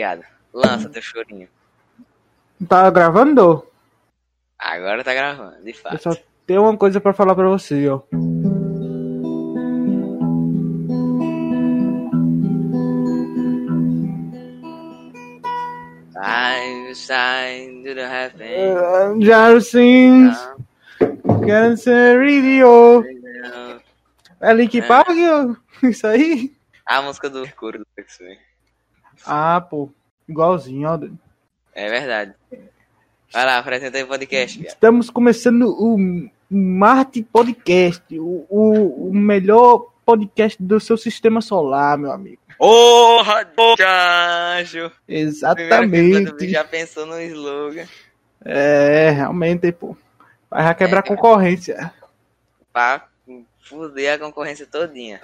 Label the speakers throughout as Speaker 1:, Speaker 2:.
Speaker 1: Obrigado. Lança teu chorinho.
Speaker 2: Tá gravando?
Speaker 1: Agora tá gravando, de
Speaker 2: Eu
Speaker 1: fato.
Speaker 2: só tenho uma coisa pra falar pra você, ó.
Speaker 1: I sign to the happy.
Speaker 2: Uh, Jarcins, Cancer Radio. É Link Park? ó? Isso aí?
Speaker 1: A música do coro do X-Men.
Speaker 2: Ah, pô. Igualzinho, ó.
Speaker 1: É verdade. Vai lá, apresenta aí o podcast, viado.
Speaker 2: Estamos começando o Marte Podcast. O, o- o melhor podcast do seu sistema solar, meu amigo.
Speaker 1: Ô, Radiocajo!
Speaker 2: Exatamente.
Speaker 1: Já pensou no slogan.
Speaker 2: É, realmente, pô. Vai já quebrar
Speaker 1: É, cara.
Speaker 2: concorrência.
Speaker 1: Pra fuder a concorrência todinha.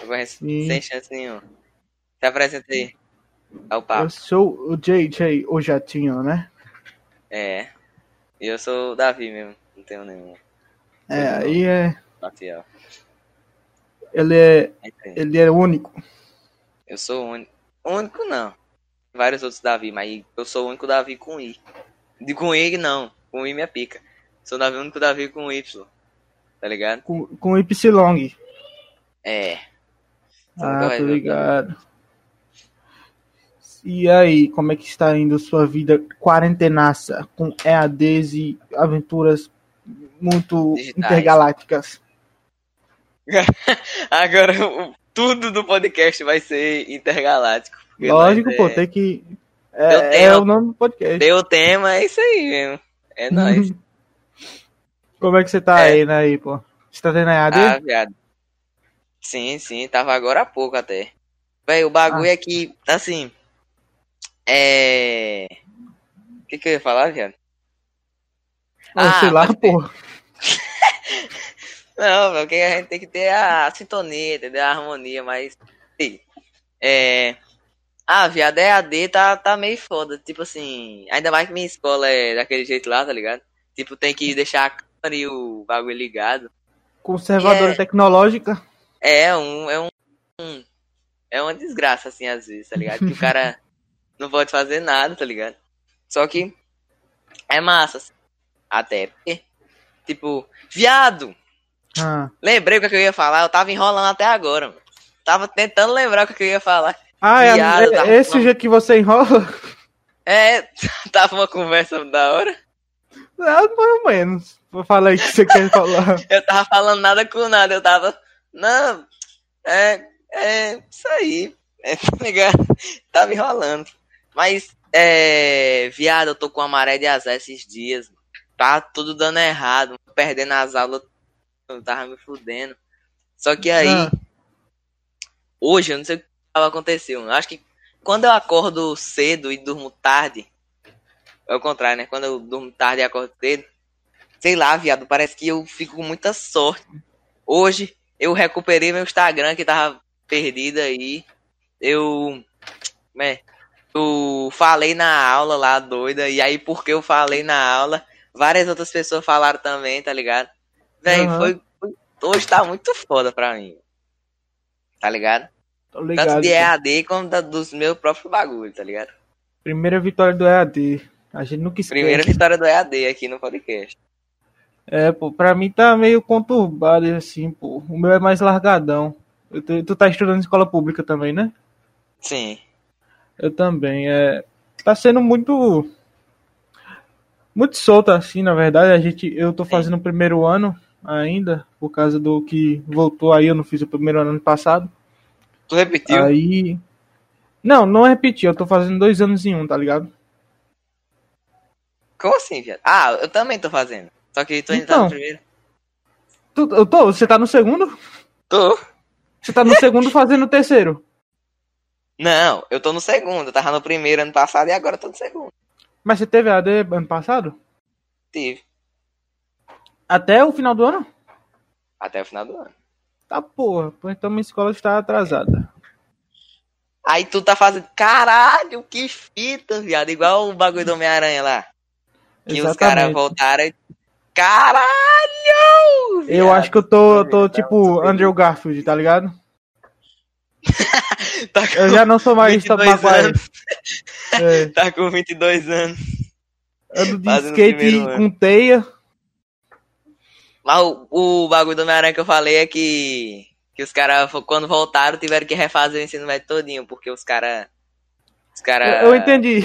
Speaker 1: Concorrência
Speaker 2: Sim.
Speaker 1: sem chance nenhuma. Se apresenta aí. É o papo.
Speaker 2: Eu sou o JJ, o Jatinho, né?
Speaker 1: É. E eu sou o Davi mesmo. Não tenho nenhum.
Speaker 2: É, aí é.
Speaker 1: Rafael.
Speaker 2: Ele é,
Speaker 1: Entendi.
Speaker 2: ele é único.
Speaker 1: Eu sou o único. Único não. Vários outros Davi, mas eu sou o único Davi com I. De com I não. Com I minha pica. Sou Davi, o único Davi com Y. Tá ligado?
Speaker 2: Com, com Y.
Speaker 1: É. Você nunca
Speaker 2: Ah,
Speaker 1: vai
Speaker 2: tô
Speaker 1: ver o
Speaker 2: ligado. E aí, como é que está indo sua vida quarentenaça com EADs e aventuras muito
Speaker 1: Digitais.
Speaker 2: intergalácticas?
Speaker 1: Agora o- tudo do podcast vai ser intergaláctico. porque
Speaker 2: Lógico,
Speaker 1: nós
Speaker 2: pô,
Speaker 1: é-
Speaker 2: tem que.
Speaker 1: Eu
Speaker 2: É,
Speaker 1: tenho-
Speaker 2: é o nome do podcast.
Speaker 1: Deu o tema, é isso aí mesmo. É
Speaker 2: Uhum.
Speaker 1: nóis.
Speaker 2: Como é que você tá
Speaker 1: É.
Speaker 2: aí, né, aí, pô? Você tá tendo EAD?
Speaker 1: Ah, viado. Sim, sim, tava agora há pouco até. Véi, o bagulho
Speaker 2: Ah.
Speaker 1: é que, assim. É. O que, que eu ia falar, viado?
Speaker 2: Ou sei lá,
Speaker 1: ah, pode
Speaker 2: pô.
Speaker 1: Não, velho, porque a gente tem que ter a sintonia, entendeu? A harmonia, mas. Sim. É. Ah, viado, EAD tá, tá meio foda. Tipo assim, ainda mais que minha escola é daquele jeito lá, tá ligado? Tipo, tem que deixar a câmera e o bagulho ligado.
Speaker 2: Conservadora
Speaker 1: É.
Speaker 2: tecnológica.
Speaker 1: É um. É um. um- É uma desgraça, assim, às vezes, tá ligado? Que o cara não pode fazer nada, tá ligado? Só que. É massa, assim. Até porque. Tipo, viado!
Speaker 2: Ah.
Speaker 1: Lembrei o que, é que eu ia falar, eu tava enrolando até agora, mano. Tava tentando lembrar o que, é que eu ia falar.
Speaker 2: Ah, é,
Speaker 1: Viado, tá
Speaker 2: é- esse
Speaker 1: bom.
Speaker 2: jeito que você enrola?
Speaker 1: É, tava uma conversa da hora.
Speaker 2: Ah, mais ou menos. Fala aí o que você quer falar.
Speaker 1: Eu tava falando nada com nada, eu tava. Não, é. É. Isso aí. É, tá ligado? Tava enrolando. Mas, é. Viado, eu tô com a maré de azar esses dias. mano. Tá tudo dando errado, perdendo as aulas. Eu tava me fudendo. Só que aí.
Speaker 2: Ah.
Speaker 1: Hoje, eu não sei o que tava acontecendo. Eu acho que quando eu acordo cedo e durmo tarde. É o contrário, né? Quando eu durmo tarde e acordo cedo. Sei lá, viado, parece que eu fico com muita sorte. Hoje, eu recuperei meu Instagram que tava perdido aí. Eu. como é? Eu falei na aula lá, doida. E aí, porque eu falei na aula, várias outras pessoas falaram também, tá ligado? Véi,
Speaker 2: Aham.
Speaker 1: foi, foi- Hoje tá muito foda pra mim. Tá ligado?
Speaker 2: Tô ligado.
Speaker 1: Tanto de
Speaker 2: pô.
Speaker 1: EAD como da- dos meus próprios bagulhos, tá ligado?
Speaker 2: Primeira vitória do EAD. A gente nunca esquece.
Speaker 1: Primeira vitória do EAD aqui no podcast.
Speaker 2: É, pô, pra mim tá meio conturbado, assim, pô. O meu é mais largadão. Eu te- tu tá estudando em escola pública também, né?
Speaker 1: Sim.
Speaker 2: Eu também. É, tá sendo muito. Muito solto, assim, na verdade. A gente, eu tô fazendo o primeiro ano ainda, por causa do que voltou aí. Eu não fiz o primeiro ano ano passado.
Speaker 1: Tu
Speaker 2: Ah.
Speaker 1: repetiu?
Speaker 2: Aí. Não, não repeti. Eu tô fazendo dois anos em um, tá ligado?
Speaker 1: Como assim, viado? Ah, eu também tô fazendo. Só que tu ainda tá
Speaker 2: Então.
Speaker 1: no primeiro.
Speaker 2: Tu, eu tô, você tá no segundo?
Speaker 1: Tô.
Speaker 2: Você tá no segundo fazendo o terceiro?
Speaker 1: Não, eu tô no segundo. Eu tava no primeiro ano passado e agora eu tô no segundo.
Speaker 2: Mas você teve AD ano passado?
Speaker 1: Tive.
Speaker 2: Até o final do ano?
Speaker 1: Até o final do ano.
Speaker 2: Tá porra, pô, então minha escola está atrasada.
Speaker 1: Aí tu tá fazendo. Caralho, que fita, viado. Igual o bagulho do Homem-Aranha lá. Que os caras voltaram e. Caralho!
Speaker 2: Eu
Speaker 1: viado. É,
Speaker 2: acho que eu tô, eu tô
Speaker 1: Viado,
Speaker 2: tipo
Speaker 1: tá
Speaker 2: Andrew Garfield, tá ligado?
Speaker 1: Tá
Speaker 2: Eu
Speaker 1: com,
Speaker 2: já não sou mais
Speaker 1: 22
Speaker 2: Tabaguari.
Speaker 1: anos.
Speaker 2: É,
Speaker 1: tá com 22 anos.
Speaker 2: ando de
Speaker 1: Fazendo
Speaker 2: skate
Speaker 1: primeiro ano.
Speaker 2: com teia.
Speaker 1: Mas o, o bagulho do Homem-Aranha que eu falei é que, que os caras, quando voltaram, tiveram que refazer o ensino médio todinho, porque os caras. Os caras.
Speaker 2: Eu, eu entendi,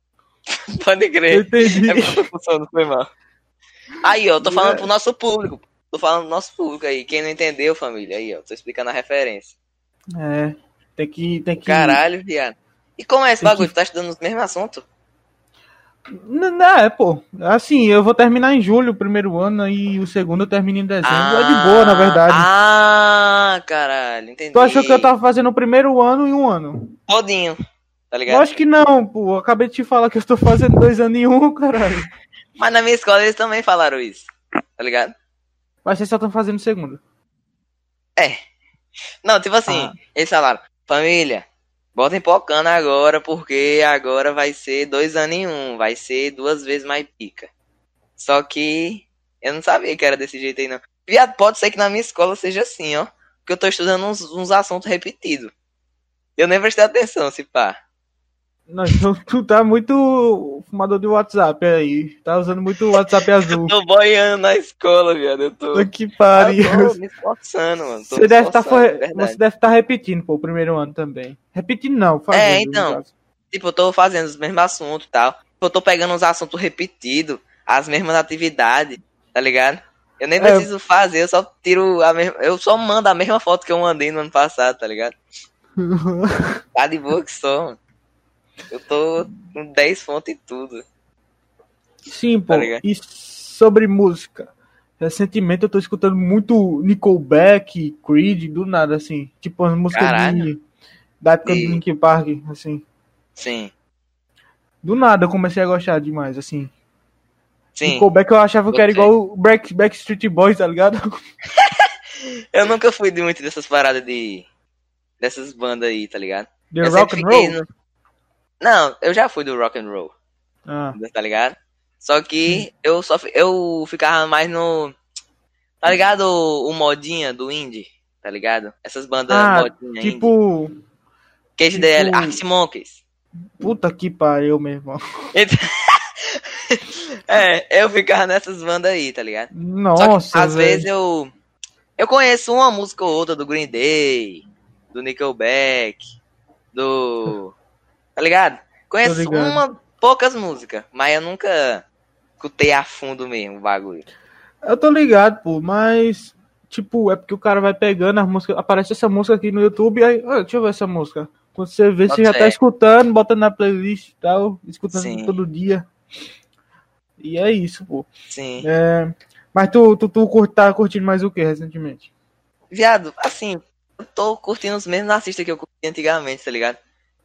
Speaker 1: Pode
Speaker 2: eu
Speaker 1: crer.
Speaker 2: entendi.
Speaker 1: É porque funcionou, foi mal. Aí, ó, eu tô
Speaker 2: é?
Speaker 1: falando pro nosso público. Tô falando pro nosso público aí. Quem não entendeu, família, aí, ó, tô explicando a referência.
Speaker 2: É, tem que, tem que...
Speaker 1: Caralho, viado. E como é esse
Speaker 2: Tem que-
Speaker 1: bagulho? Tu tá estudando os mesmos assuntos?
Speaker 2: Não, não, é, pô. Assim, eu vou terminar em julho o primeiro ano e o segundo eu termino em dezembro. é de boa, na verdade.
Speaker 1: Ah, caralho, entendi.
Speaker 2: tu achou que eu tava fazendo o primeiro ano em um ano?
Speaker 1: Todinho, tá ligado?
Speaker 2: Lógico que não, pô. Eu Acabei de te falar que eu tô fazendo dois anos em um, caralho.
Speaker 1: Mas na minha escola eles também falaram isso, tá ligado?
Speaker 2: Mas vocês só estão fazendo o segundo.
Speaker 1: Não, tipo assim,
Speaker 2: Ah.
Speaker 1: eles falaram, família, bota em pocana agora, porque agora vai ser dois anos em um, vai ser duas vezes mais pica. Só que eu não sabia que era desse jeito aí, não. Viado, pode ser que na minha escola seja assim, ó. Porque eu tô estudando uns, uns assuntos repetidos. Eu nem prestei atenção, se pá.
Speaker 2: Não, então tu tá muito fumador de WhatsApp aí. Tá usando muito o WhatsApp azul.
Speaker 1: Tô boiando na escola, viado. Eu tô,
Speaker 2: Puta que
Speaker 1: eu
Speaker 2: pariu.
Speaker 1: tô me esforçando, mano. tô
Speaker 2: Você
Speaker 1: me
Speaker 2: deve tá
Speaker 1: esforçando,
Speaker 2: forre-
Speaker 1: de verdade.
Speaker 2: Você deve estar repetindo, pô, o primeiro ano também. Repetindo não, fazendo.
Speaker 1: É,
Speaker 2: no
Speaker 1: então.
Speaker 2: caso.
Speaker 1: Tipo, eu tô fazendo os mesmos assuntos e tal. Tipo, Eu tô pegando uns assuntos repetidos, as mesmas atividades, tá ligado? Eu nem
Speaker 2: É.
Speaker 1: preciso fazer, eu só tiro a mesma. Eu só mando a mesma foto que eu mandei no ano passado, tá ligado? Tá de boa que só, mano. Eu tô com 10 fontes e tudo.
Speaker 2: Sim, pô.
Speaker 1: Tá ligado?
Speaker 2: e sobre música. Recentemente eu tô escutando muito Nickelback, Creed, do nada, assim. Tipo, as músicas
Speaker 1: Caralho.
Speaker 2: de, da época
Speaker 1: E-
Speaker 2: do Linkin Park, assim.
Speaker 1: Sim,
Speaker 2: Do nada eu comecei a gostar demais, assim.
Speaker 1: sim.
Speaker 2: Nickelback eu achava que era
Speaker 1: Gostei.
Speaker 2: igual o Back, Backstreet Boys, tá ligado?
Speaker 1: Eu nunca fui de muito dessas paradas de. dessas bandas aí, tá ligado?
Speaker 2: The
Speaker 1: eu
Speaker 2: Rock and
Speaker 1: sempre fiquei
Speaker 2: Roll.
Speaker 1: no- Não, eu já fui do rock and roll.
Speaker 2: Ah,
Speaker 1: tá ligado? Só
Speaker 2: Hum.
Speaker 1: que eu só fi- eu ficava mais no
Speaker 2: Hum.
Speaker 1: tá ligado o, o modinha do indie, tá ligado? Essas bandas
Speaker 2: Ah,
Speaker 1: modinha indie.
Speaker 2: tipo,
Speaker 1: Cage
Speaker 2: tipo-
Speaker 1: DL, Arctic Monkeys.
Speaker 2: puta que pariu, meu irmão.
Speaker 1: Então-
Speaker 2: Ah.
Speaker 1: é, eu ficava nessas bandas aí, tá ligado? Só
Speaker 2: Nossa,
Speaker 1: que, às
Speaker 2: velho.
Speaker 1: vezes eu eu conheço uma música ou outra do Green Day, do Nickelback, do tá ligado? Conheço
Speaker 2: ligado.
Speaker 1: uma poucas músicas, mas eu nunca escutei a fundo mesmo o bagulho.
Speaker 2: Eu tô ligado, pô, mas. Tipo, é porque o cara vai pegando as músicas. Aparece essa música aqui no YouTube, aí. "Ah, deixa eu ver essa música. Quando você vê,
Speaker 1: Bota
Speaker 2: você já
Speaker 1: fé.
Speaker 2: tá escutando, botando na playlist e tal, escutando
Speaker 1: Sim.
Speaker 2: todo dia. E é isso, pô.
Speaker 1: Sim.
Speaker 2: É, Mas tu, tu, tu cur- tá curtindo mais o que recentemente?
Speaker 1: Viado, assim, eu tô curtindo os mesmos artistas que eu curti antigamente, tá ligado?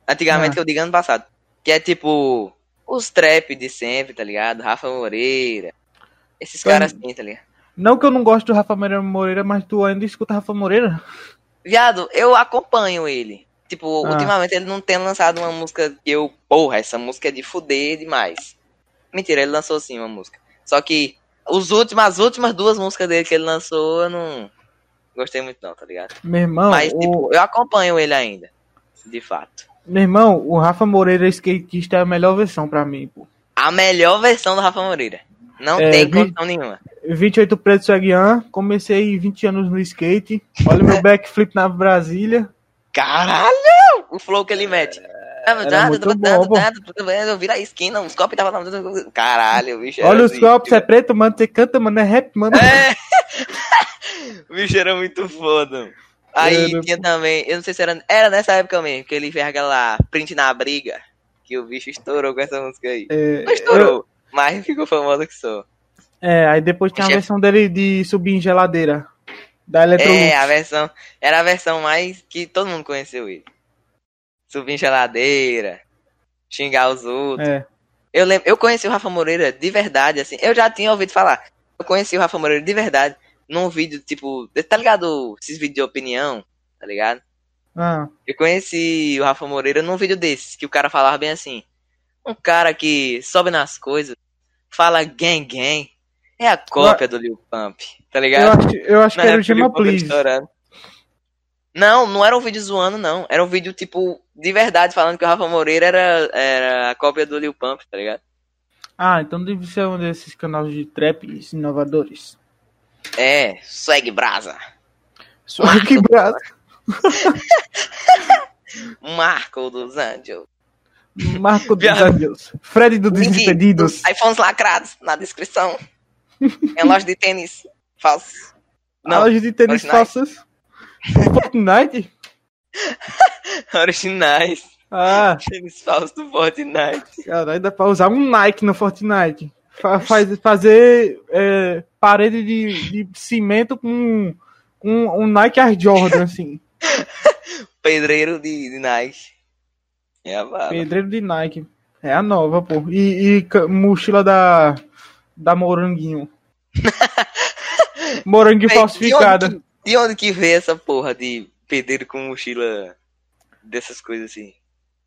Speaker 1: Antigamente
Speaker 2: Ah.
Speaker 1: que eu digo ano passado. Que é tipo, os trap de sempre, tá ligado? Rafa Moreira. Esses
Speaker 2: Então-
Speaker 1: caras assim, tá ligado?
Speaker 2: Não que eu não gosto do Rafa Moreira- Moreira, mas tu ainda escuta Rafa Moreira?
Speaker 1: Viado, eu acompanho ele. Tipo,
Speaker 2: Ah.
Speaker 1: ultimamente ele não tem lançado uma música que eu. Porra, essa música é de fuder demais. Mentira, ele lançou sim uma música. Só que os últimos, as últimas duas músicas dele que ele lançou, eu não gostei muito, não, tá ligado?
Speaker 2: Meu irmão,
Speaker 1: Mas,
Speaker 2: o,
Speaker 1: tipo, eu acompanho ele ainda. De fato.
Speaker 2: meu irmão, o Rafa Moreira skatista é a melhor versão pra mim, pô.
Speaker 1: A melhor versão do Rafa Moreira. Não
Speaker 2: É,
Speaker 1: tem
Speaker 2: vi-
Speaker 1: condição nenhuma.
Speaker 2: 28 Preto Seguian, comecei 20 anos no skate. Olha
Speaker 1: É.
Speaker 2: meu backflip na Brasília.
Speaker 1: Caralho! O flow que ele mete.
Speaker 2: É, era muito bom,
Speaker 1: Eu vira a esquina, os copos tava lá. Caralho, o bicho era
Speaker 2: Olha os
Speaker 1: assim,
Speaker 2: copos, é preto, mano. Você canta, mano, é rap, mano.
Speaker 1: O bicho era muito foda. mano. Aí
Speaker 2: Era-
Speaker 1: tinha também, eu não sei se era, era nessa época mesmo, que ele fez aquela print na briga, que o bicho estourou com essa música aí.
Speaker 2: É,
Speaker 1: Não estourou, mas ficou famoso que sou.
Speaker 2: é, aí depois tem a
Speaker 1: Chefe.
Speaker 2: versão dele de subir em geladeira. Da Eletrolux.
Speaker 1: É, a versão. Era a versão mais que todo mundo conheceu ele. Subir em geladeira, xingar os outros.
Speaker 2: É.
Speaker 1: Eu lembro, eu conheci o Rafa Moreira de verdade, assim. Eu já tinha ouvido falar. Eu conheci o Rafa Moreira de verdade num vídeo, tipo, tá ligado? Esses vídeos de opinião, tá ligado?
Speaker 2: Ah,
Speaker 1: Eu conheci o Rafa Moreira num vídeo desses, que o cara falava bem assim. Um cara que sobe nas coisas, fala gang gang. É a cópia do Lil Pump, tá ligado?
Speaker 2: eu acho, eu acho
Speaker 1: Na
Speaker 2: que era
Speaker 1: época, é
Speaker 2: o
Speaker 1: ele
Speaker 2: Gema
Speaker 1: ficou todo
Speaker 2: Please.
Speaker 1: estourado. Não, não era um vídeo zoando, não. Era um vídeo, tipo, de verdade, falando que o Rafa Moreira era, era a cópia do Lil Pump, tá ligado?
Speaker 2: Ah, então deve ser um desses canais de trap inovadores.
Speaker 1: É, segue brasa.
Speaker 2: Só que brasa.
Speaker 1: Marco dos Anjos.
Speaker 2: Marco dos
Speaker 1: Viado.
Speaker 2: Anjos. Fred do
Speaker 1: Link
Speaker 2: Desimpedidos.
Speaker 1: dos iPhones lacrados na descrição. É loja de tênis falso. Não,
Speaker 2: Aulas de tênis
Speaker 1: Fortnite.
Speaker 2: falsas. Fortnite?
Speaker 1: originais.
Speaker 2: Ah,
Speaker 1: Tênis falso do Fortnite.
Speaker 2: caralho, dá pra usar um Nike no Fortnite. Fa- faz- fazer é, parede de, de cimento com, com um Nike Air Jordan, assim.
Speaker 1: Pedreiro de, de Nike. É a bala.
Speaker 2: Pedreiro de Nike. É a nova, pô. E, e ca- mochila da, da Moranguinho. Moranguinho
Speaker 1: Véi,
Speaker 2: falsificada.
Speaker 1: De onde, que, de onde que vem essa porra de pedreiro com mochila dessas coisas assim?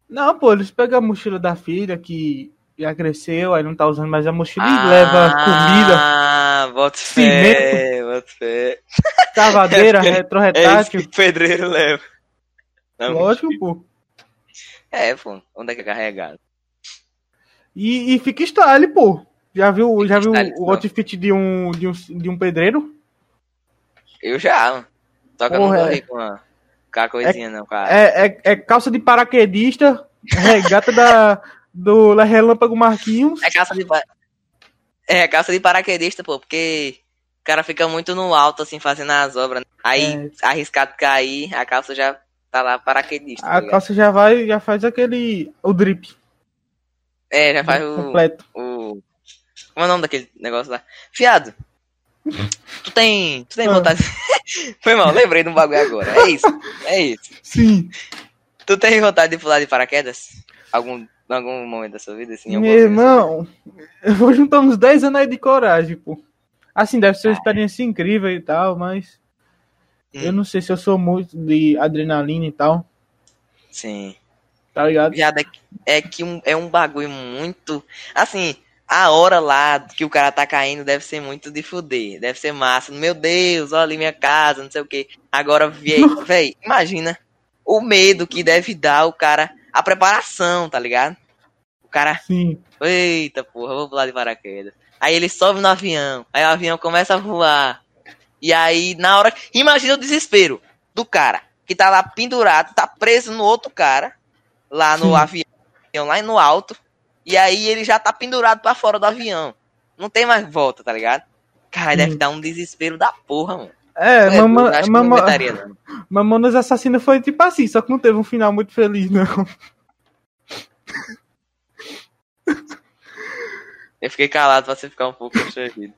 Speaker 2: Não, pô, eles pegam a mochila da filha que já cresceu, aí não tá usando mais a mochila e leva
Speaker 1: Ah, bota fé,
Speaker 2: Cimento.
Speaker 1: bota fé.
Speaker 2: comida, cavadeira,
Speaker 1: É isso
Speaker 2: retroretátil.
Speaker 1: que o pedreiro leva. Não,
Speaker 2: lógico, pô.
Speaker 1: É, pô. Onde é que é carregado?
Speaker 2: E, e fica style, pô. Já viu, já viu
Speaker 1: style,
Speaker 2: o
Speaker 1: não.
Speaker 2: outfit de um, de um, de um pedreiro?
Speaker 1: Eu já, mano. Só que eu não
Speaker 2: Porra,
Speaker 1: corri com a, com a coisinha, não, cara.
Speaker 2: É, é, é calça de paraquedista, regata da, do Relâmpago Marquinhos.
Speaker 1: É, calça de. pa- É, calça de paraquedista, pô, porque o cara fica muito no alto, assim, fazendo as obras. né? Aí,
Speaker 2: É.
Speaker 1: arriscado cair, a calça já tá lá paraquedista. tá
Speaker 2: A
Speaker 1: ligado?
Speaker 2: calça já vai, já faz aquele. o drip
Speaker 1: É, já faz o.
Speaker 2: completo.
Speaker 1: o... Como é o nome daquele negócio lá? Fiado. Tu tem. Tu tem
Speaker 2: Ah.
Speaker 1: vontade. Foi mal, lembrei de um bagulho agora. É isso. É isso.
Speaker 2: Sim.
Speaker 1: Tu tem vontade de pular de paraquedas? Algum, em algum momento da sua vida, assim? em alguma
Speaker 2: Meu
Speaker 1: coisa da sua
Speaker 2: irmão, eu vou juntar uns 10 anos aí de coragem, pô. Assim, deve ser uma experiência incrível e tal, mas.
Speaker 1: Hum.
Speaker 2: Eu não sei se eu sou muito de adrenalina e tal,
Speaker 1: vida? Sim.
Speaker 2: tá ligado?
Speaker 1: Viado, é, que- é que um, é um bagulho muito. Assim, a hora lá que o cara tá caindo deve ser muito de fuder. Deve ser massa. Meu Deus, olha ali minha casa, não sei o que. Agora, véi, véi, imagina o medo que deve dar o cara. A preparação, tá ligado? O cara,
Speaker 2: Sim.
Speaker 1: eita porra, eu vou pular de paraquedas. Aí ele sobe no avião. Aí o avião começa a voar. E aí, na hora. Imagina o desespero do cara que tá lá pendurado, tá preso no outro cara, lá no
Speaker 2: Sim.
Speaker 1: avião, lá no alto. E aí ele já tá pendurado pra fora do avião. Não tem mais volta, tá ligado? Cara, deve
Speaker 2: Hum.
Speaker 1: dar um desespero da porra, mano.
Speaker 2: É,
Speaker 1: Ué,
Speaker 2: mama,
Speaker 1: eu acho que não
Speaker 2: mama,
Speaker 1: aguentaria, não.
Speaker 2: Mamonas Assassina foi tipo assim, só que não teve um final muito feliz, não.
Speaker 1: Eu fiquei calado pra você ficar um pouco constrangido.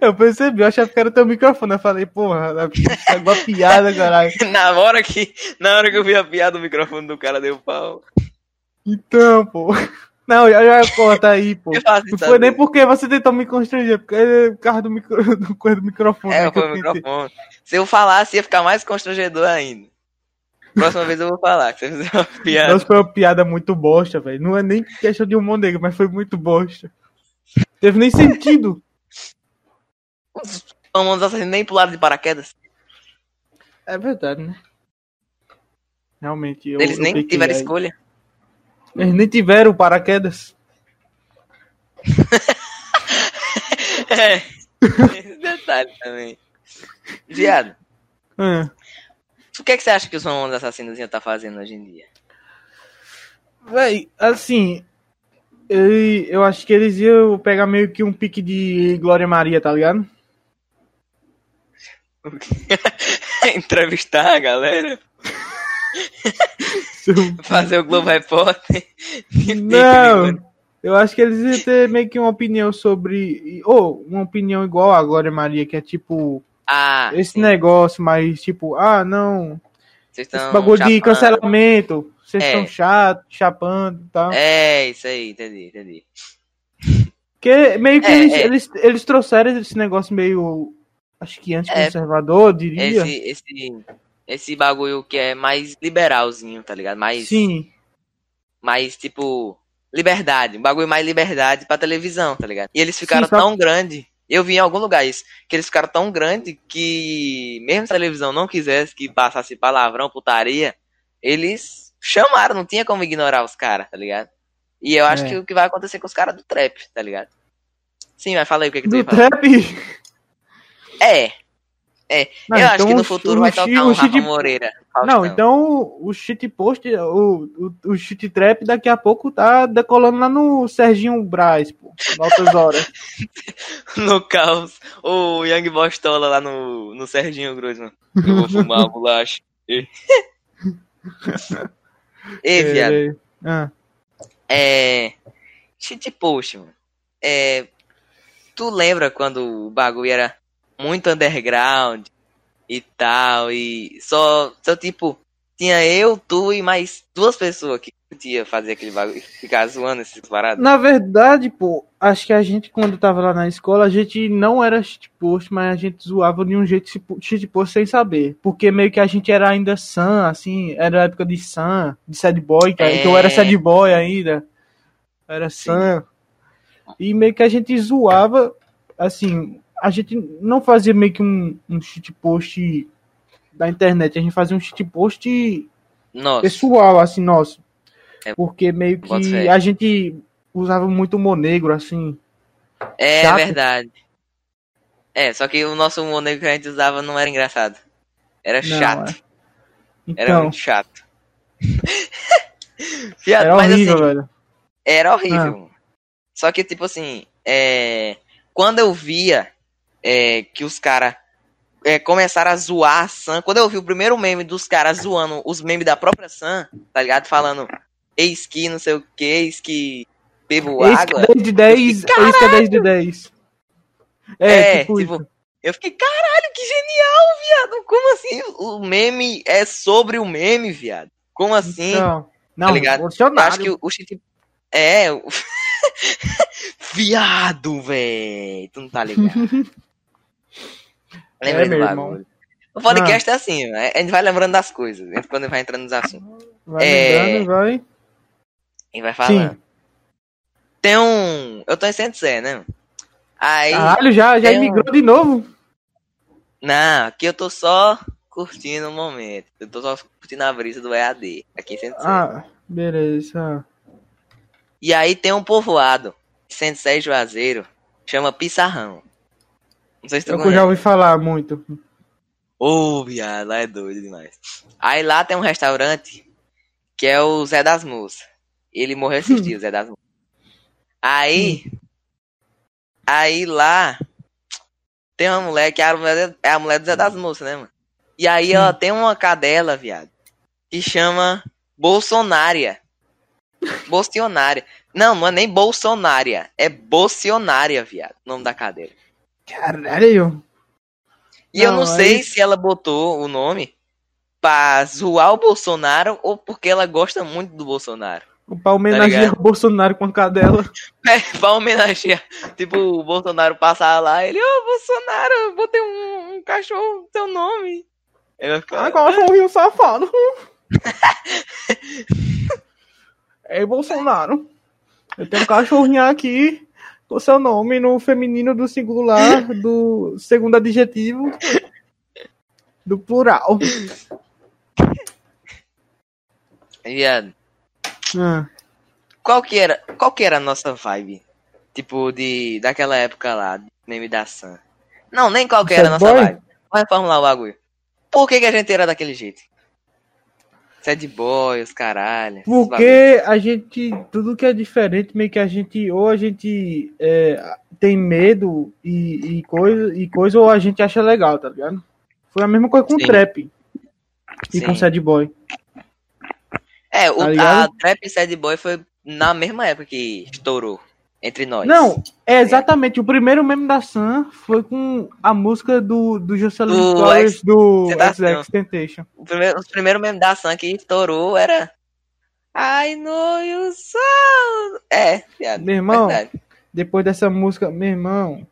Speaker 2: Eu percebi, eu achava que era o teu microfone. Eu falei, porra, é uma piada, caralho.
Speaker 1: na, hora que, na hora que eu vi a piada, o microfone do cara deu pau.
Speaker 2: Então, pô. Não, já, já corta aí, pô.
Speaker 1: Eu assim, faço
Speaker 2: Não
Speaker 1: isso
Speaker 2: foi
Speaker 1: às
Speaker 2: nem
Speaker 1: vezes.
Speaker 2: porque você tentou me constranger, porque é por causa do, micro, do, coisa do microfone. né,
Speaker 1: É,
Speaker 2: que
Speaker 1: foi
Speaker 2: eu
Speaker 1: o
Speaker 2: tentei.
Speaker 1: microfone. Se eu falasse, ia ficar mais constrangedor ainda. Próxima vez eu vou falar, que você fizer uma piada.
Speaker 2: Nossa, foi uma piada muito bosta, velho. Não é nem questão de humor negro, mas foi muito bosta. Teve nem sentido.
Speaker 1: Os famosos assassinos tá nem pularam de paraquedas.
Speaker 2: É verdade, né? Realmente, eu,
Speaker 1: Eles
Speaker 2: eu
Speaker 1: nem
Speaker 2: pequei
Speaker 1: tiveram
Speaker 2: aí.
Speaker 1: escolha.
Speaker 2: Eles nem tiveram paraquedas.
Speaker 1: É. Esse detalhe também. Viado,
Speaker 2: Ah,
Speaker 1: o que, é que você acha que os famosos assassinos iam estar tá fazendo hoje em dia?
Speaker 2: Véi, assim, eu, eu acho que eles iam pegar meio que um pique de Glória Maria, tá ligado?
Speaker 1: Entrevistar a galera?
Speaker 2: Seu-
Speaker 1: Fazer o Globo Repórter?
Speaker 2: Não, eu acho que eles iam ter meio que uma opinião sobre. Ou uma opinião igual a Glória Maria, que é tipo.
Speaker 1: Ah,
Speaker 2: Esse
Speaker 1: sim,
Speaker 2: negócio, mas tipo, ah, não.
Speaker 1: vocês
Speaker 2: Esse
Speaker 1: tão
Speaker 2: bagulho de
Speaker 1: chapando.
Speaker 2: cancelamento. Vocês
Speaker 1: É.
Speaker 2: estão chato, chapando e tal.
Speaker 1: É, isso aí, entendi, entendi.
Speaker 2: Porque meio que
Speaker 1: É,
Speaker 2: eles,
Speaker 1: é.
Speaker 2: Eles, eles trouxeram esse negócio meio. Acho que anticonservador, eu diria.
Speaker 1: Esse, esse, esse bagulho que é mais liberalzinho, tá ligado? Mais,
Speaker 2: Sim,
Speaker 1: mais tipo, liberdade. Um bagulho mais liberdade pra televisão, tá ligado? E eles ficaram
Speaker 2: Sim, só-
Speaker 1: tão grande Eu vi em algum lugar isso, que eles ficaram tão grande que, mesmo se a televisão não quisesse que passasse palavrão, putaria, eles chamaram, não tinha como ignorar os caras, tá ligado? E eu acho
Speaker 2: É.
Speaker 1: que o que vai acontecer com os caras do trap, tá ligado? Sim, mas fala aí o que, que tu
Speaker 2: Do
Speaker 1: ia falar.
Speaker 2: trap.
Speaker 1: É,
Speaker 2: Não,
Speaker 1: eu acho que
Speaker 2: então
Speaker 1: no
Speaker 2: o-
Speaker 1: futuro
Speaker 2: o
Speaker 1: vai
Speaker 2: chi-
Speaker 1: tocar
Speaker 2: o
Speaker 1: um Rafa né?
Speaker 2: shit-
Speaker 1: Moreira.
Speaker 2: Não,
Speaker 1: Faustão.
Speaker 2: então o shit post, o, o, o shit trap daqui a pouco tá decolando lá no Serginho Braz, pô. em Altas horas.
Speaker 1: No caos, o Young Bostola lá no, no Serginho Grosman. Eu vou fumar a bolacha. Ei, Ei, viado.
Speaker 2: É, ah,
Speaker 1: É. Shit post, mano. É. Tu lembra quando o bagulho era muito underground e tal, e só, só tipo, tinha eu, tu e mais duas pessoas que podia fazer aquele bagulho, ficar zoando esses paradas.
Speaker 2: Na verdade, pô, acho que a gente, quando tava lá na escola, a gente não era shit post, mas a gente zoava de um jeito shit- shit post sem saber. Porque meio que a gente era ainda san, assim, era a época de san, de sad boy, que
Speaker 1: É.
Speaker 2: que eu era sad boy ainda. Era san. E meio que a gente zoava, assim, a gente não fazia meio que um, um shit post da internet, a gente fazia um shit post
Speaker 1: Nossa,
Speaker 2: pessoal, assim, nosso.
Speaker 1: É.
Speaker 2: Porque meio que
Speaker 1: Bota fé.
Speaker 2: a gente usava muito humor negro, assim.
Speaker 1: é
Speaker 2: chato.
Speaker 1: verdade. É, só que o nosso humor negro que a gente usava não era engraçado. Era
Speaker 2: Não,
Speaker 1: chato.
Speaker 2: é.
Speaker 1: Era
Speaker 2: Então,
Speaker 1: muito chato. Viado,
Speaker 2: era,
Speaker 1: mas
Speaker 2: É horrível,
Speaker 1: assim,
Speaker 2: velho.
Speaker 1: era horrível.
Speaker 2: Ah.
Speaker 1: mano. Só que, tipo assim, é, quando eu via é, que os caras começaram a zoar a Sam, quando eu vi o primeiro meme dos caras zoando os memes da própria Sam, tá ligado? Falando eis que não sei o que, eis que bebo
Speaker 2: Eis que
Speaker 1: água.
Speaker 2: é 10 de 10, eis que é 10 de 10. É,
Speaker 1: É,
Speaker 2: tipo,
Speaker 1: tipo,
Speaker 2: isso.
Speaker 1: Eu fiquei, caralho, que genial, viado. Como assim? O meme é sobre o meme, viado. Como assim?
Speaker 2: Então, não,
Speaker 1: ligado? Eu
Speaker 2: revolucionário.
Speaker 1: acho que o, o Chitip- É. o- Viado, velho. Tu não tá ligado. Lembrei
Speaker 2: É,
Speaker 1: do
Speaker 2: meu Ah.
Speaker 1: bagulho. O podcast é assim, né? a gente vai lembrando das coisas. né? Quando vai entrando nos assuntos.
Speaker 2: Vai
Speaker 1: é,
Speaker 2: lembrando, vai.
Speaker 1: E vai falando. Tem um. Eu tô em 100, né? Aí.
Speaker 2: Caralho, já, já
Speaker 1: tem um-
Speaker 2: imigrou de novo.
Speaker 1: Não, aqui eu tô só curtindo o momento. Eu tô só curtindo a brisa do EAD. Aqui em 100.
Speaker 2: Ah, beleza.
Speaker 1: E aí tem um povoado, 106 Juazeiro, chama Pissarrão. Não sei se tu
Speaker 2: É Eu
Speaker 1: conhece.
Speaker 2: já ouvi falar muito.
Speaker 1: Ô, viado, lá é doido demais. Aí lá tem um restaurante que é o Zé das Moças. Ele morreu esses dias, o Zé das Moças. Aí. Aí lá. Tem uma mulher que é a mulher, é a mulher do Zé das Moças, né, mano? E aí ela tem uma cadela, viado, que chama Bolsonária. Bolsonária. Não, mano, nem Bolsonária. É Bolsonária, viado, o nome da cadela.
Speaker 2: Caralho.
Speaker 1: E eu
Speaker 2: Não,
Speaker 1: não sei
Speaker 2: aí-
Speaker 1: se ela botou o nome pra zoar o Bolsonaro ou porque ela gosta muito do Bolsonaro.
Speaker 2: O pau homenagear
Speaker 1: Tá ligado?
Speaker 2: o Bolsonaro com a cadela.
Speaker 1: É, pra homenagear. Tipo, o Bolsonaro passar lá, ele, ô Bolsonaro, eu botei um, um cachorro no teu nome. Ela fica,
Speaker 2: Agora eu vi um safado. Ei, É Bolsonaro. Eu tenho um cachorrinho aqui com seu nome no feminino do singular, do segundo adjetivo, do plural.
Speaker 1: viado,
Speaker 2: Ah,
Speaker 1: qual que era, qual que era a nossa vibe? Tipo, de, daquela época lá, de meme da Sam. Não, nem qual que era a
Speaker 2: Sad
Speaker 1: nossa
Speaker 2: boy?
Speaker 1: vibe. Vai formular o bagulho. Por que, que a gente era daquele jeito? Sad boy, os caralho. esses bagulho.
Speaker 2: Porque a gente, tudo que é diferente, meio que a gente, ou a gente é, tem medo e, e coisa, e coisa, ou a gente acha legal, tá ligado? Foi a mesma coisa com o
Speaker 1: Sim.
Speaker 2: trap e
Speaker 1: Sim.
Speaker 2: com o sad boy.
Speaker 1: É, o,
Speaker 2: Tá
Speaker 1: a
Speaker 2: ligado?
Speaker 1: Trap e Sad Boy foi na mesma época que estourou entre nós.
Speaker 2: Não, é exatamente. O primeiro meme da Sam foi com a música do, do Jocelyn
Speaker 1: Do
Speaker 2: Flowers do
Speaker 1: Tentação.
Speaker 2: XX Temptation.
Speaker 1: O primeiro, os primeiros memes da Sam que estourou era. I know you sound. É, viado.
Speaker 2: Meu irmão,
Speaker 1: verdade.
Speaker 2: depois dessa música, meu irmão.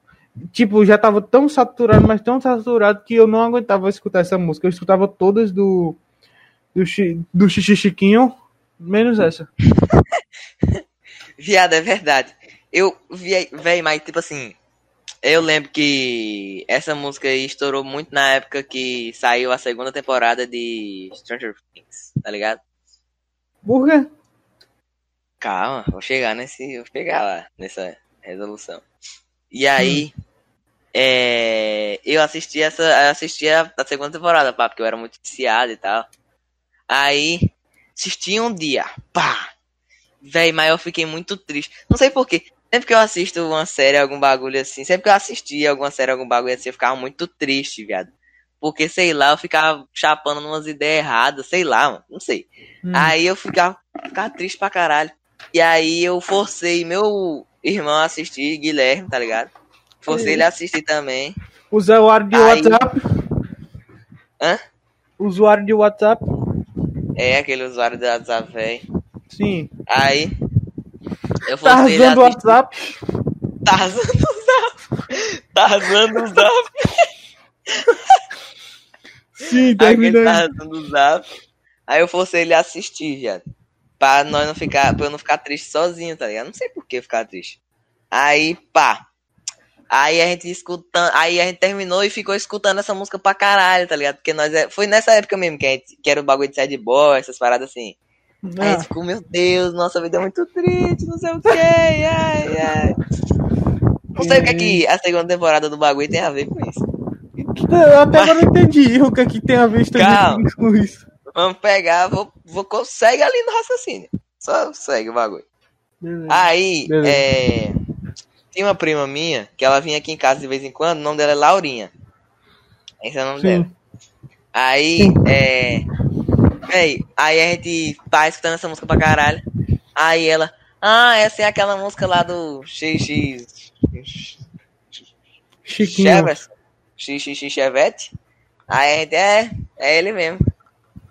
Speaker 2: Tipo, já tava tão saturado, mas tão saturado que eu não aguentava escutar essa música. Eu escutava todas do. do, Chi- do Xixi Chiquinho, menos essa.
Speaker 1: Viado, é verdade. Eu vi, véi, mas tipo assim. Eu lembro que essa música aí estourou muito na época que saiu a segunda temporada de Stranger Things, tá ligado?
Speaker 2: Por quê?
Speaker 1: Calma, vou chegar nesse. Vou chegar lá nessa resolução. E aí. é, eu assisti essa. eu Assisti a, a segunda temporada, pá, porque eu era muito viciado e tal. Aí. Assisti um dia. Pá! Véi, mas eu fiquei muito triste. Não sei porquê. Sempre que eu assisto uma série, algum bagulho assim. Sempre que eu assistia alguma série, algum bagulho assim, eu ficava muito triste, viado. Porque, sei lá, eu ficava chapando umas ideias erradas, sei lá, mano. Não sei.
Speaker 2: Hum.
Speaker 1: Aí eu ficava, ficava triste pra caralho. E aí eu forcei meu irmão a assistir, Guilherme, tá ligado? Forcei ele a assistir também.
Speaker 2: O Usuário de
Speaker 1: Aí-
Speaker 2: WhatsApp.
Speaker 1: Hã?
Speaker 2: Usuário de WhatsApp.
Speaker 1: É, aquele usuário do WhatsApp, velho.
Speaker 2: Sim.
Speaker 1: Aí eu
Speaker 2: Tá
Speaker 1: forcei ele a
Speaker 2: usando o
Speaker 1: assistir.
Speaker 2: WhatsApp.
Speaker 1: Tarzan do Zap. Tarzan do Zap.
Speaker 2: Sim,
Speaker 1: Aquele
Speaker 2: termina aí.
Speaker 1: Tarzan do Zap. Aí eu forcei ele a assistir, viado. Pra, nós não ficar, pra eu não ficar triste sozinho, tá ligado? Não sei por que eu ficar triste. Aí, pá. Aí a gente escutando. Aí a gente terminou e ficou escutando essa música pra caralho, tá ligado? Porque nós. é- Foi nessa época mesmo que, a gente, que era o bagulho de sad boy, essas paradas assim. Aí a gente
Speaker 2: Ah,
Speaker 1: ficou, meu Deus, nossa vida é muito triste, não sei o que, ai, ai. Não sei o que é que a segunda temporada do bagulho tem a ver com isso.
Speaker 2: eu até agora não entendi o que, é que tem a ver Stranger
Speaker 1: Calma.
Speaker 2: Things com isso.
Speaker 1: Vamos pegar, vou, vou, co- segue ali no raciocínio. Só segue o bagulho.
Speaker 2: Beleza.
Speaker 1: Aí,
Speaker 2: Beleza.
Speaker 1: é, tem uma prima minha que ela vinha aqui em casa de vez em quando, o nome dela é Laurinha. Esse é o nome dela.
Speaker 2: Sim.
Speaker 1: Aí, é. Véi, aí a gente tá escutando essa música pra caralho. Aí ela. Ah, essa é aquela música lá do XX.
Speaker 2: Chiquinho.
Speaker 1: Chevrolet? XX Chevette? Aí a gente é. É ele mesmo.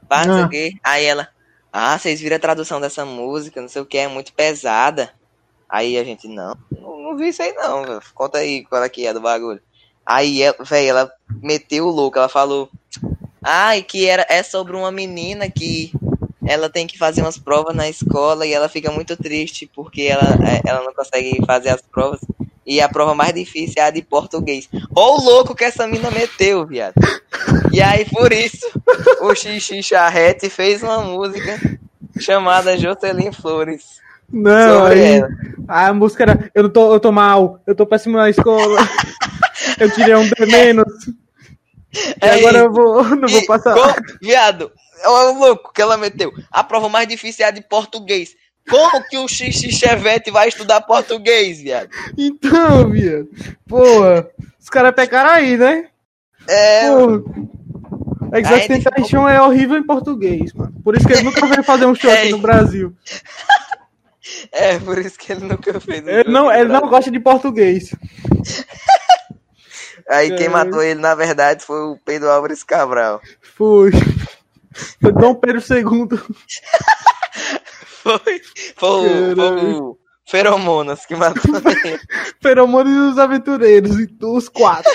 Speaker 1: Pá, não sei
Speaker 2: Ah.
Speaker 1: o quê. Aí ela. Ah, vocês viram a tradução dessa música, não sei o que, é muito pesada. Aí a gente, não, não, não vi isso aí não, velho. conta aí qual é que é do bagulho. Aí, ela- véi, ela meteu o louco, ela falou, ai, que era, é sobre uma menina que ela tem que fazer umas provas na escola e ela fica muito triste porque ela, é, ela não consegue fazer as provas. E a prova mais difícil é a de português. Ó o louco que essa mina meteu, viado. E aí, por isso, o Xixi Charrete fez uma música chamada Jocelyn Flores.
Speaker 2: Não,
Speaker 1: sobre
Speaker 2: aí.
Speaker 1: ela.
Speaker 2: A música era eu tô, eu tô mal, eu tô péssimo na escola. eu tirei um D menos. E
Speaker 1: É
Speaker 2: agora
Speaker 1: isso.
Speaker 2: eu vou, não vou
Speaker 1: E
Speaker 2: passar.
Speaker 1: co- viado, olha o louco que ela meteu. A prova mais difícil é a de português. Como que o Xixi Chevette vai estudar português, viado?
Speaker 2: Então, viado. Porra, os caras pecaram aí, né?
Speaker 1: É,
Speaker 2: Porra.
Speaker 1: Aí tá ele ficou-
Speaker 2: Exaustation é horrível em português, mano. Por isso que ele nunca veio fazer um show
Speaker 1: É
Speaker 2: aqui no
Speaker 1: isso.
Speaker 2: Brasil.
Speaker 1: é, por isso que ele nunca fez um
Speaker 2: Ele
Speaker 1: jogo
Speaker 2: É, não,
Speaker 1: de
Speaker 2: ele não
Speaker 1: bravo.
Speaker 2: gosta de português.
Speaker 1: Aí quem
Speaker 2: É.
Speaker 1: matou ele, na verdade, foi o Pedro Álvares Cabral.
Speaker 2: Foi. Foi Dom Pedro II.
Speaker 1: Foi, foi, o, foi
Speaker 2: Caralho.
Speaker 1: o Feromonas que matou ele.
Speaker 2: Feromônio e os Aventureiros. E os quatro.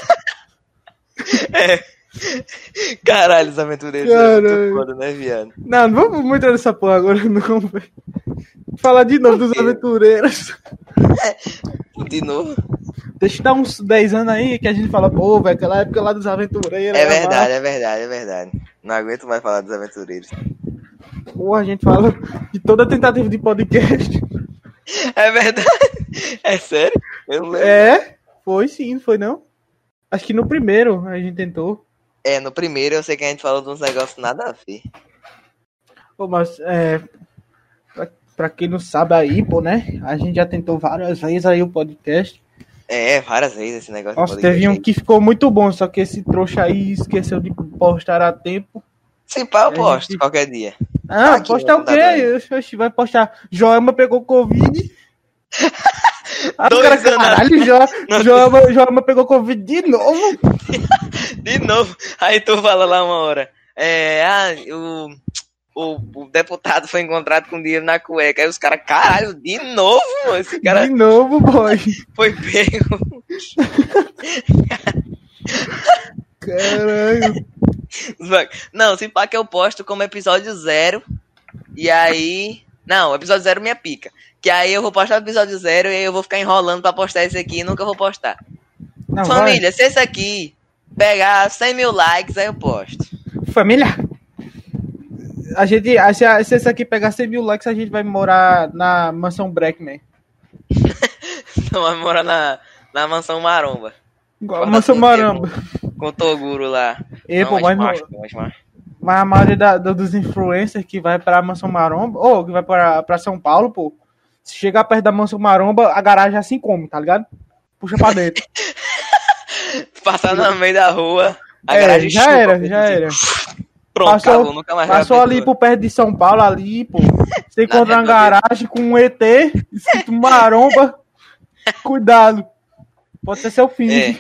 Speaker 1: Caralho, os aventureiros eram
Speaker 2: Caralho.
Speaker 1: muito foda, né, viado?
Speaker 2: Não, não vamos muito nessa porra agora, não. velho. Falar de novo dos
Speaker 1: quê?
Speaker 2: Aventureiros.
Speaker 1: De novo.
Speaker 2: Deixa eu dar uns 10 anos aí que a gente fala, pô, velho, aquela época lá dos Aventureiros. né,
Speaker 1: É
Speaker 2: era
Speaker 1: verdade, é verdade, é verdade. Não aguento mais falar dos aventureiros.
Speaker 2: massa. Porra, a gente fala de toda tentativa de podcast.
Speaker 1: É verdade. É sério? Eu não lembro.
Speaker 2: É? Foi sim, não foi não? Acho que no primeiro a gente tentou.
Speaker 1: É, no primeiro eu sei que a gente falou de uns negócios nada a ver.
Speaker 2: Pô, mas é. Pra, pra quem não sabe aí, pô, né? A gente já tentou várias vezes aí o podcast.
Speaker 1: É, várias vezes esse negócio.
Speaker 2: Nossa,
Speaker 1: do
Speaker 2: teve
Speaker 1: podcast
Speaker 2: um
Speaker 1: aí.
Speaker 2: que ficou muito bom, só que esse trouxa aí esqueceu de postar a tempo.
Speaker 1: Se pá, eu
Speaker 2: É,
Speaker 1: posto
Speaker 2: gente.
Speaker 1: qualquer dia.
Speaker 2: Ah,
Speaker 1: Aqui,
Speaker 2: postar o
Speaker 1: não dá pra
Speaker 2: quê? Oxi, Vai postar. Joelma pegou Covid. Ah, o
Speaker 1: Dois
Speaker 2: cara,
Speaker 1: anos.
Speaker 2: caralho, Jo- Joelma, Joelma pegou Covid de novo.
Speaker 1: De novo. Aí tu fala lá uma hora. É, ah, o, o, o deputado foi encontrado com dinheiro na cueca. Aí os caras, caralho, de novo, mano. Esse cara
Speaker 2: De novo, boy.
Speaker 1: foi pego.
Speaker 2: Caralho.
Speaker 1: Não, se pá que eu posto como episódio zero. E aí. Não, episódio zero minha pica. Que aí eu vou postar o episódio zero e aí eu vou ficar enrolando pra postar esse aqui e nunca vou postar.
Speaker 2: Não,
Speaker 1: Família, se esse aqui pegar 100 mil likes, aí eu posto.
Speaker 2: vai. Família. A gente, a- se, a- se esse aqui pegar 100 mil likes, a gente vai morar na mansão Breckman.
Speaker 1: Então vai morar na, na mansão Maromba.
Speaker 2: Igual a
Speaker 1: Fora
Speaker 2: mansão
Speaker 1: do
Speaker 2: Maramba.
Speaker 1: Com o Toguro lá.
Speaker 2: E,
Speaker 1: é Não, é
Speaker 2: pô, mas,
Speaker 1: Smash,
Speaker 2: não-
Speaker 1: não, Smash.
Speaker 2: mas a maioria da- da- dos influencers que vai pra Mansão Maromba, ou que vai pra, pra São Paulo, pô, se chegar perto da Mansão Maromba, a garagem assim come, tá ligado? Puxa pra dentro.
Speaker 1: Passar no meio da rua. A
Speaker 2: é,
Speaker 1: garagem
Speaker 2: já
Speaker 1: chupa, Tá
Speaker 2: era,
Speaker 1: porque
Speaker 2: já
Speaker 1: assim,
Speaker 2: era.
Speaker 1: Pronto,
Speaker 2: Passou-
Speaker 1: acabou, nunca mais vai
Speaker 2: Passou
Speaker 1: abrir
Speaker 2: ali
Speaker 1: tudo.
Speaker 2: por perto de São Paulo, ali, pô. Você
Speaker 1: Na
Speaker 2: encontra
Speaker 1: redondeza.
Speaker 2: uma garagem com um ET, escrito maromba. Cuidado. Pode ser seu fim.
Speaker 1: É.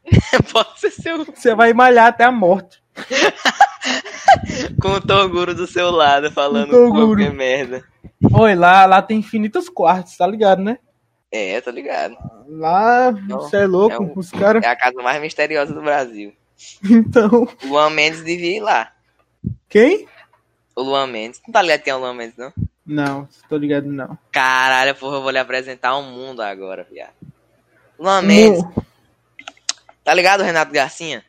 Speaker 1: Pode ser seu.
Speaker 2: Você vai malhar até a morte.
Speaker 1: Com o Toguro do seu lado falando
Speaker 2: Toguro.
Speaker 1: qualquer merda.
Speaker 2: Oi, lá, lá tem infinitos quartos, tá ligado, né?
Speaker 1: É, tá ligado.
Speaker 2: Lá,
Speaker 1: Não,
Speaker 2: você é louco,
Speaker 1: é o-
Speaker 2: os caras.
Speaker 1: É a casa mais misteriosa do Brasil.
Speaker 2: Então,
Speaker 1: O Luan Mendes devia ir lá.
Speaker 2: quem?
Speaker 1: O Luan Mendes. Não tá ligado quem é o Luan Mendes, não?
Speaker 2: Não, tô ligado, não.
Speaker 1: Caralho, porra, eu vou lhe apresentar ao mundo agora, viado. Luan Mendes.
Speaker 2: Mo-
Speaker 1: Tá ligado, Renato Garcinha?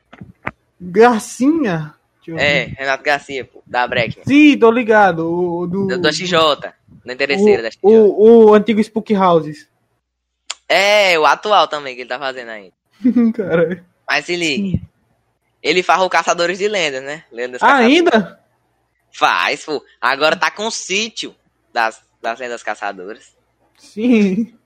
Speaker 2: Gracinha? Deixa eu
Speaker 1: É,
Speaker 2: ver.
Speaker 1: Renato Garcia, pô, da Breckman.
Speaker 2: Sim, tô ligado. O, o do,
Speaker 1: Do- é Da XJ. Da interesseira da XJ.
Speaker 2: o, o, o antigo Spook Houses.
Speaker 1: É, o atual também que ele tá fazendo ainda.
Speaker 2: Caralho.
Speaker 1: Mas se liga. Ele farra o Caçadores de Lendas, né? Lendas
Speaker 2: Ah,
Speaker 1: Caçadoras.
Speaker 2: Ainda?
Speaker 1: Faz, pô. Agora tá com o sítio das, das lendas caçadoras.
Speaker 2: Sim.